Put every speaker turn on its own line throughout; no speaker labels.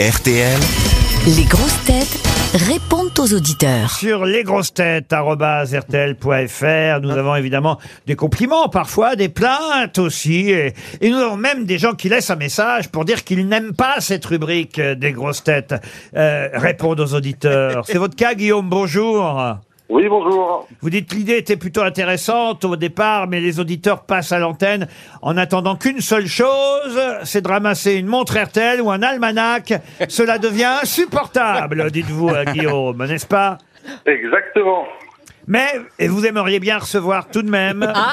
RTL.
Les grosses têtes répondent aux auditeurs.
sur lesgrossetêtes.rtl.fr. Nous avons évidemment des compliments parfois, des plaintes aussi. Et, et nous avons même des gens qui laissent un message pour dire qu'ils n'aiment pas cette rubrique euh, des grosses têtes euh, répondent aux auditeurs. C'est votre cas, Guillaume, bonjour.
Oui, bonjour.
Vous dites l'idée était plutôt intéressante au départ, mais les auditeurs passent à l'antenne en attendant qu'une seule chose, c'est de ramasser une montre RTL ou un almanach. Cela devient insupportable, dites-vous, euh, Guillaume, n'est-ce pas
Exactement.
Mais et vous aimeriez bien recevoir tout de même.
Ah.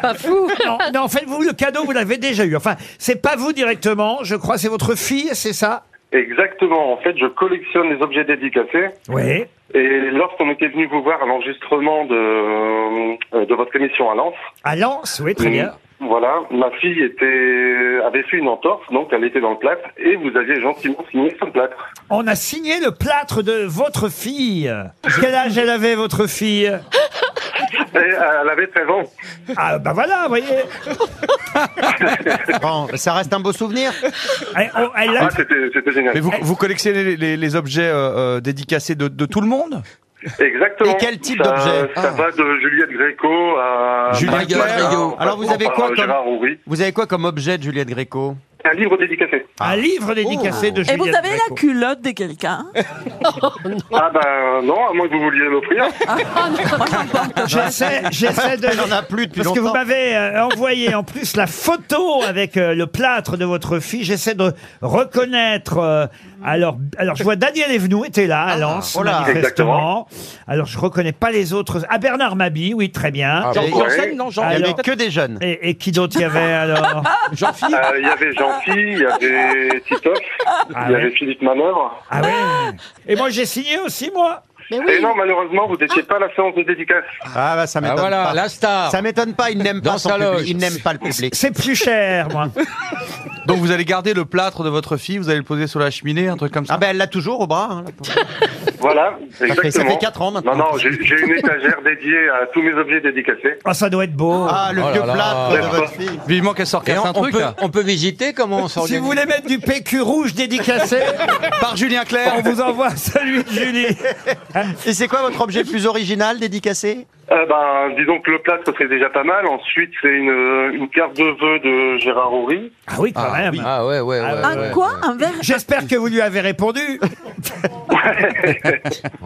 Pas fou. Non, non, en fait, vous, le cadeau, vous l'avez déjà eu. Enfin, c'est pas vous directement, je crois, c'est votre fille, c'est ça
Exactement. En fait, je collectionne les objets dédicacés.
Oui.
Et lorsqu'on était venu vous voir à l'enregistrement de, euh, de votre émission à Lens, euh,
À Lens, oui, très bien.
voilà, ma fille était, avait fait une entorse, donc elle était dans le plâtre, et vous aviez gentiment signé son plâtre.
On a signé le plâtre de votre fille. Quel âge elle avait, votre fille
Et elle avait 13 ans.
Ah, bah voilà, vous voyez.
Bon, ça reste un beau souvenir.
Elle- on- elle l'a-
Ah, c'était c'était génial.
Mais vous, vous collectionnez les, les- les objets euh, euh, dédicacés de, de tout le monde
Exactement.
Et quel type
Ça-
d'objet
Ça va de Juliette Gréco à...
Julien
à-
Gréco. Alors, vous avez quoi
à
comme-
Gérard Houry.
Vous avez quoi comme objet de Juliette Gréco
Un livre dédicacé.
Ah.
un livre dédicacé de
Et
Juliette
vous avez la
Gréco.
culotte de quelqu'un
Ah ben non, à moins que vous vouliez l'offrir.
J'essaie, j'essaie de.
Elle en a plus depuis
Parce que vous
longtemps.
m'avez euh, envoyé en plus la photo avec euh, le plâtre de votre fille. J'essaie de reconnaître. euh, alors, alors, je vois Daniel Evenou était là à Lens,
oh là.
manifestement. Alors, je reconnais pas les autres. Ah, Bernard Mabi, oui, très bien.
Jean-
bon
Jean
Ouais.
Seine, non, Jean-
Il n'y
Alors-
avait que des jeunes.
Et, et qui d'autre il y avait alors
Jean-Philippe
Euh, Il y avait Jean-Phi, il y avait Titoff,
Ah
il y
ouais.
avait Philippe Manœuvre.
Ah oui. Et moi, j'ai signé aussi, moi.
Et non, malheureusement, vous n'étiez pas à la séance de dédicace.
Ah bah ça m'étonne pas.
star.
Ça m'étonne pas, il n'aime pas
Dans
son
sa
public.
loge.
Il n'aime pas le public.
C'est plus cher, moi.
Donc vous allez garder le plâtre de votre fille, vous allez le poser sur la cheminée, un truc comme ça
Ah ben elle l'a toujours au bras. hein, la pauvre.
Voilà,
ça fait
exactement.
4 ans maintenant.
Non, non, j'ai j'ai une étagère dédiée à tous mes objets dédicacés.
Ah, ça doit être beau.
Ah le
Oh là
vieux
là.
plâtre de votre fille.
Vivement qu'elle sorte
Ah. Et on,
un
on
truc
peut,
là.
on peut visiter comment on
si
s'organise.
vous voulez mettre du PQ rouge dédicacé,
Par Julien Clerc
on vous envoie celui de Julie.
Et c'est quoi votre objet plus original dédicacé
Eh ben, disons que le plâtre serait déjà pas mal. Ensuite, c'est une, une carte de vœux de Gérard Horry.
Ah oui, quand même.
Ah ouais, ouais, ouais.
Ah,
Un
ouais,
quoi Un verre
J'espère que vous lui avez répondu.
Ah.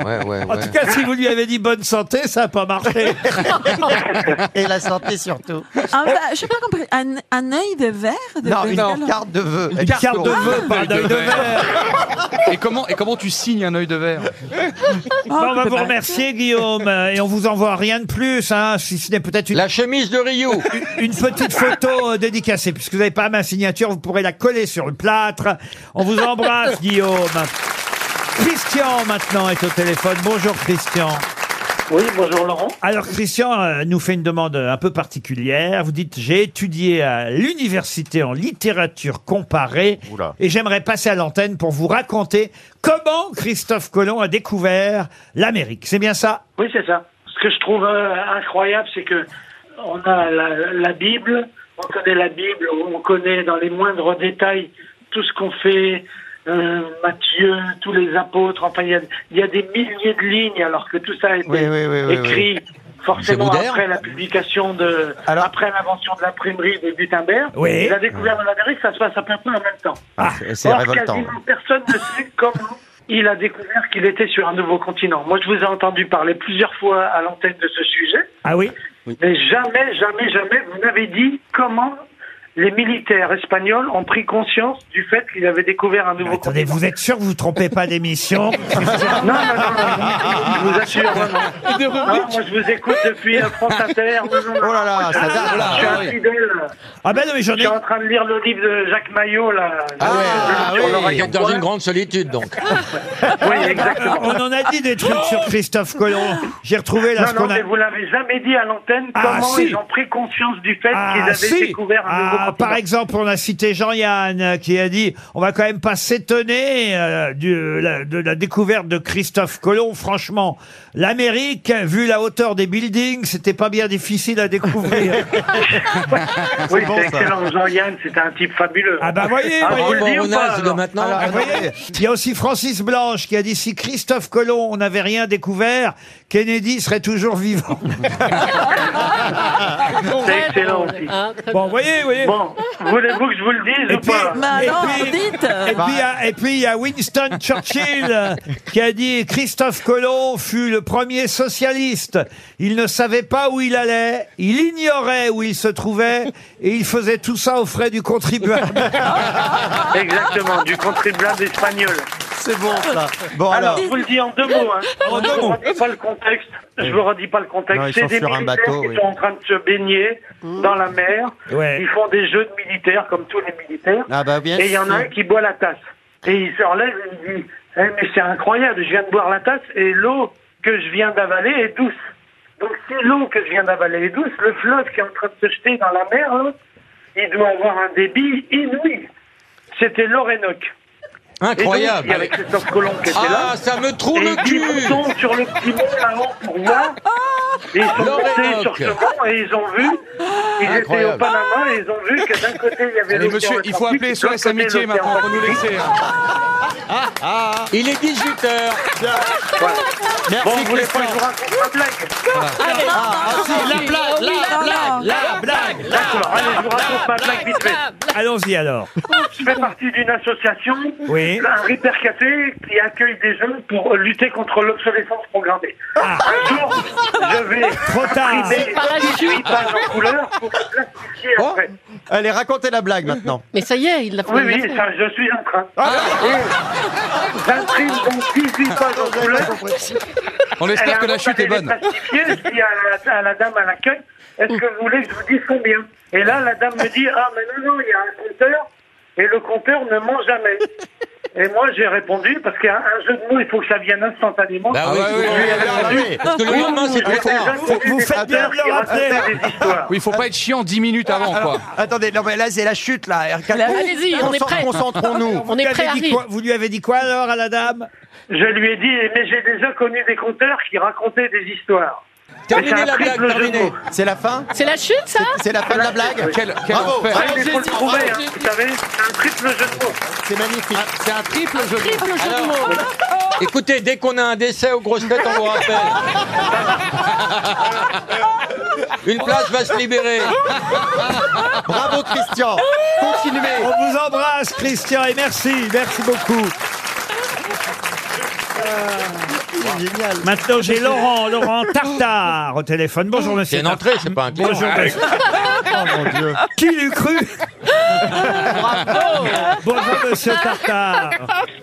Ouais, ouais,
En
ouais.
tout cas, si vous lui avez dit bonne santé, ça n'a pas marché.
Et la santé surtout.
Un verre- Je sais pas compris. Un, un œil de verre de
Non,
de-
une
de-
carte de vœux.
Une carte, de vœux, pas
Ah. de
d'œil de
verre.
verre.
et comment, et comment tu signes un œil de verre
Oh,
Bon, on va
c'est
vous
pas-
remercier, Guillaume, euh, et on vous envoie rien de plus, hein, si ce n'est peut-être une,
La chemise de Rio.
une petite photo euh, dédicacée. Puisque vous n'avez pas ma signature, vous pourrez la coller sur le plâtre. On vous embrasse, Guillaume. Christian, maintenant, est au téléphone. Bonjour, Christian.
Oui, bonjour Laurent.
Alors Christian euh, nous fait une demande un peu particulière. Vous dites j'ai étudié à l'université en littérature comparée
Oula.
et j'aimerais passer à l'antenne pour vous raconter comment Christophe Colomb a découvert l'Amérique. C'est bien ça
Oui, c'est ça. Ce que je trouve euh, incroyable, c'est que on a la, la Bible, on connaît la Bible, on connaît dans les moindres détails tout ce qu'on fait, euh, Matthieu, tous les apôtres, enfin, il y a, il y a des milliers de lignes alors que tout ça a été
Oui, oui, oui, oui,
écrit forcément
C'est moderne.
après la publication de,
Alors-
après l'invention de l'imprimerie de Gutenberg.
Oui.
Et la découverte de l'Amérique, ça se passe à peu près en même temps.
Ah, c'est- c'est
Or,
révoltant.
quasiment personne ne sait comment il a découvert qu'il était sur un nouveau continent. Moi, je vous ai entendu parler plusieurs fois à l'antenne de ce sujet,
Ah oui
mais jamais, jamais, jamais vous n'avez dit comment les militaires espagnols ont pris conscience du fait qu'il avait découvert un nouveau
Ah, Attendez,
continent.
vous êtes sûr que vous ne trompez pas d'émission
Non, non, non, non, je vous assure. non, non. Non, moi, je vous écoute depuis euh, France Inter. Non, non, non.
Oh là là, ça date.
Je suis un fidèle.
Ah ben non mais j'en
Je
ai...
suis en train de lire le livre de Jacques Maillot, là.
Ah oui.
Vous êtes dans une grande solitude donc.
Oui, exactement.
On en a dit des trucs sur Christophe Colomb. J'ai retrouvé là
Non,
ce
non,
qu'on a...
mais vous l'avez jamais dit à l'antenne
Ah,
comment
si.
ils ont pris conscience du fait
Ah,
qu'ils avaient
si.
découvert un
Ah, Alors, par exemple, on a cité Jean-Yann euh, qui a dit on va quand même pas s'étonner euh, du- la- de la découverte de Christophe Colomb. Franchement, l'Amérique, vu la hauteur des buildings, c'était pas bien difficile à découvrir.
Oui,
bon,
c'est
ça.
excellent. Jean-Yann, c'est un type fabuleux.
ah bah voyez,
Ah,
voyez.
vous le dites
Rapport
ou
au
pas,
naze de
alors
maintenant.
Ah, vous voyez, il y a aussi Francis Blanche qui a dit si Christophe Colomb n'avait rien découvert, Kennedy serait toujours vivant.
c'est excellent aussi.
Bon, vous voyez, vous voyez.
Bon, voulez-vous que je vous le dise
Et
ou
puis-
pas
Bah
Et
non,
puis-
dites
Et puis, il y a- et puis, il y a Winston Churchill euh, qui a dit Christophe Colomb fut le premier socialiste. Il ne savait pas où il allait, il ignorait où il se trouvait et il faisait tout ça aux frais du contribuable.
Exactement, du contribuable espagnol.
C'est bon ça. Bon
Alors,
alors.
je vous le dis en deux mots. Hein.
En deux
je
mots.
vous redis pas le contexte. Je vous redis pas le contexte.
Non, ils
C'est
sont
des
sur un
militaires
bateau,
qui
oui.
sont en train de se baigner dans la mer.
Ouais.
Ils font des jeux de militaires comme tous les militaires.
Ah bah bien.
Et il y en a un qui boit la tasse. Et il se relève et il dit Eh, Mais c'est incroyable, je viens de boire la tasse et l'eau que je viens d'avaler est douce. Donc si l'eau que je viens d'avaler est douce, le fleuve qui est en train de se jeter dans la mer, là, il doit avoir un débit inouï. C'était l'Orénoque. Et donc, il y
Incroyable.
avait Christophe Colomb qui était là.
Ah, ça me trouve
Et
le
ils
cul.
sont sur le petit mont là-haut pour voir. Et ils sont montés sur
L'Orénoque.
ce mont et ils ont vu. Ils étaient au
Incroyable.
Panama et ils ont vu que d'un côté il y avait
Allez,
l'océan
monsieur, il faut
Atlantique,
appeler
de l'autre
SOS
côté,
Amitié
l'océan
maintenant, faut nous
Atlantique.
laisser. hein.
Il est 18h.
Bon, vous voulez pas que je vous raconte ma blague
Ah, là,
La blague
D'accord, allez, je vous raconte ma blague vite fait.
Allons-y alors.
Je fais partie d'une association,
Oui.
un Repair Café, qui accueille des jeunes pour lutter contre l'obsolescence programmée. Un jour, je vais
Trop
Ah.
tard.
trimer 18 pages en couleur pour plastifier après.
Oh. Allez, racontez la blague maintenant. Ah.
Mais ça y est, il l'a fait.
Oui,
il l'a
oui,
fait.
ça, je suis en train. Et J'imprime donc 18 pages en couleur.
On
Elle
espère
a
que la
un
chute est
pantalon
bonne.
plastifié, Je dis à la, à la dame à l'accueil, est-ce que vous voulez que je vous dise combien Et là, la dame me dit, ah, mais non, non, il y a un compteur, et le compteur ne ment jamais. Et moi, j'ai répondu, parce qu'un un jeu de mots, il faut que ça vienne instantanément. Ah,
Bah oui,
Ah ouais, ouais, ouais,
parce que- parce que le lendemain, c'est trop tard.
Vous- vous faites bien de le rappeler.
Oui, faut pas être chiant 10 minutes avant, quoi.
Attendez, non mais là c'est la chute là.
Allez-y, on est
Concent-
prêts.
Concentrons-nous.
On
Vous lui
est
avez
prêts à
dit
rire.
quoi- vous lui avez dit quoi alors à la dame
Je lui ai dit, mais j'ai déjà connu des compteurs qui racontaient des histoires. Et c'est
Terminez
un
la blague,
triple jeu de
terminez.
mots.
C'est la fin
C'est la chute, ça
C'est la fin de la blague
Quel, quel
Bravo.
enfer.
Ah, mais il faut le trouver, hein, vous savez, c'est un triple jeu de mots.
C'est magnifique.
C'est un triple jeu. de mots.
Triple jeu de mots.
Oh,
Écoutez, dès qu'on a un décès aux grosses têtes, on vous rappelle. Une place va se libérer.
Bravo Christian.
On vous embrasse, Christian, et merci, merci beaucoup.
Euh, Génial.
Maintenant, j'ai Laurent, Laurent Tartare au téléphone. Bonjour,
C'est
monsieur.
une entrée, c'est pas un client. Ah,
Bonjour, monsieur.
Oh mon dieu.
Qui l'eût cru Bonjour, monsieur Tartare.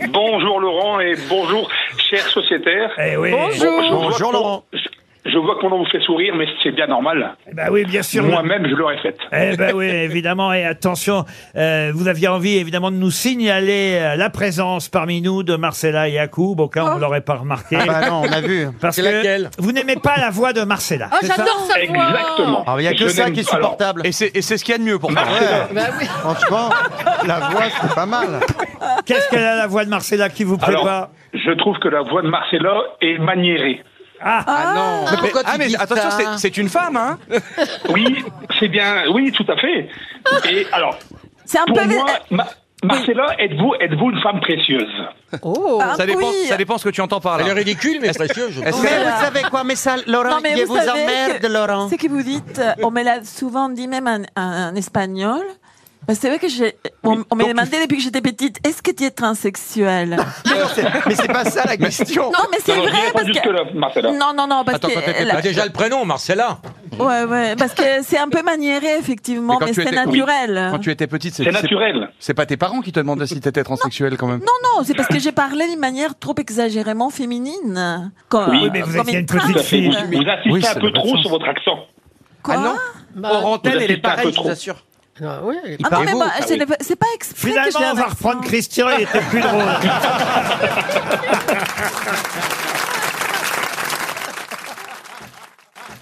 Bonjour Laurent et bonjour chers sociétaires.
Eh oui.
Bonjour Laurant.
Je vois qu'on vous fait sourire, mais c'est bien normal.
Eh ben oui, bien sûr.
Moi-même, je l'aurais fait.
Eh ben oui, évidemment. Et attention, euh, vous aviez envie évidemment de nous signaler euh, la présence parmi nous de Marcella Yacoub. Au cas
Oh.
où on ne l'aurait pas remarqué.
Ah bah non, on a vu.
Parce
C'est
que
laquelle
vous n'aimez pas la voix de Marcella.
Oh, j'adore sa voix.
Exactement.
Ah, mais il y a que
Je
ça
n'aime-
qui est
Alors,
supportable.
Et c'est et c'est ce qu'il y a de mieux pour moi.
Ouais,
Bah oui.
franchement, la voix c'est pas mal.
Qu'est-ce qu'elle a la voix de Marcella qui vous plaît
alors,
pas
je trouve que la voix de Marcella est maniérée.
Ah non. Mais-
pourquoi tu
ah, mais
dis
attention,
ça
c'est- c'est une femme, hein.
Oui, c'est bien. Oui, tout à fait. Et alors,
C'est un peu.
pour moi, Ma- Marcella, êtes-vous êtes-vous une femme précieuse
Oh.
Ah,
Ça dépend,
oui.
ça dépend ce que tu entends par
Elle est
là.
ridicule, mais précieuse. je trouve.
Mais vous savez quoi, mais ça, Laurent,
Non, mais
il
vous
vous
savez
emmerde,
que-
Laurent.
C'est que vous dites, euh, on me l'a souvent dit même en, en- en espagnol. Parce que c'est vrai que j'ai, on, on m'a demandé depuis que j'étais petite, est-ce que tu es transsexuelle
Mais non, c'est- Mais c'est pas ça la question.
Non, mais c'est
Non, non,
vrai
j'irai pas
parce que.
jusque-là, Marcella.
Non, non, non, parce
Attends, attends,
que.
attends,
la-
Ah, déjà le prénom, Marcella.
Ouais, ouais, parce que c'est un peu maniéré, effectivement,
Mais quand
mais
tu
c'est
étais- oui.
naturel.
Quand tu étais petite,
C'est naturel.
C'est pas tes parents qui te demandaient si t'étais transsexuel quand même.
Non, non, c'est parce que j'ai parlé d'une manière trop exagérément féminine. Comme,
Oui, mais
vous
comme
étiez une
transe.
Tout à
petite
fait.
fille.
Vous, vous insistez
Oui,
un
ça
peu
n'a pas de
trop
sens.
sur votre accent.
Quoi
Ah non
Vous
Bah,
Orantelle,
insistez un peu trop.
assure.
Ah, ouais, elle est
Ah non, mais
vous,
moi,
ah
c'est
oui.
pas- c'est pas exprès que
Finalement,
je l'ai
on va
avec ça.
reprendre Christian, il était plus drôle.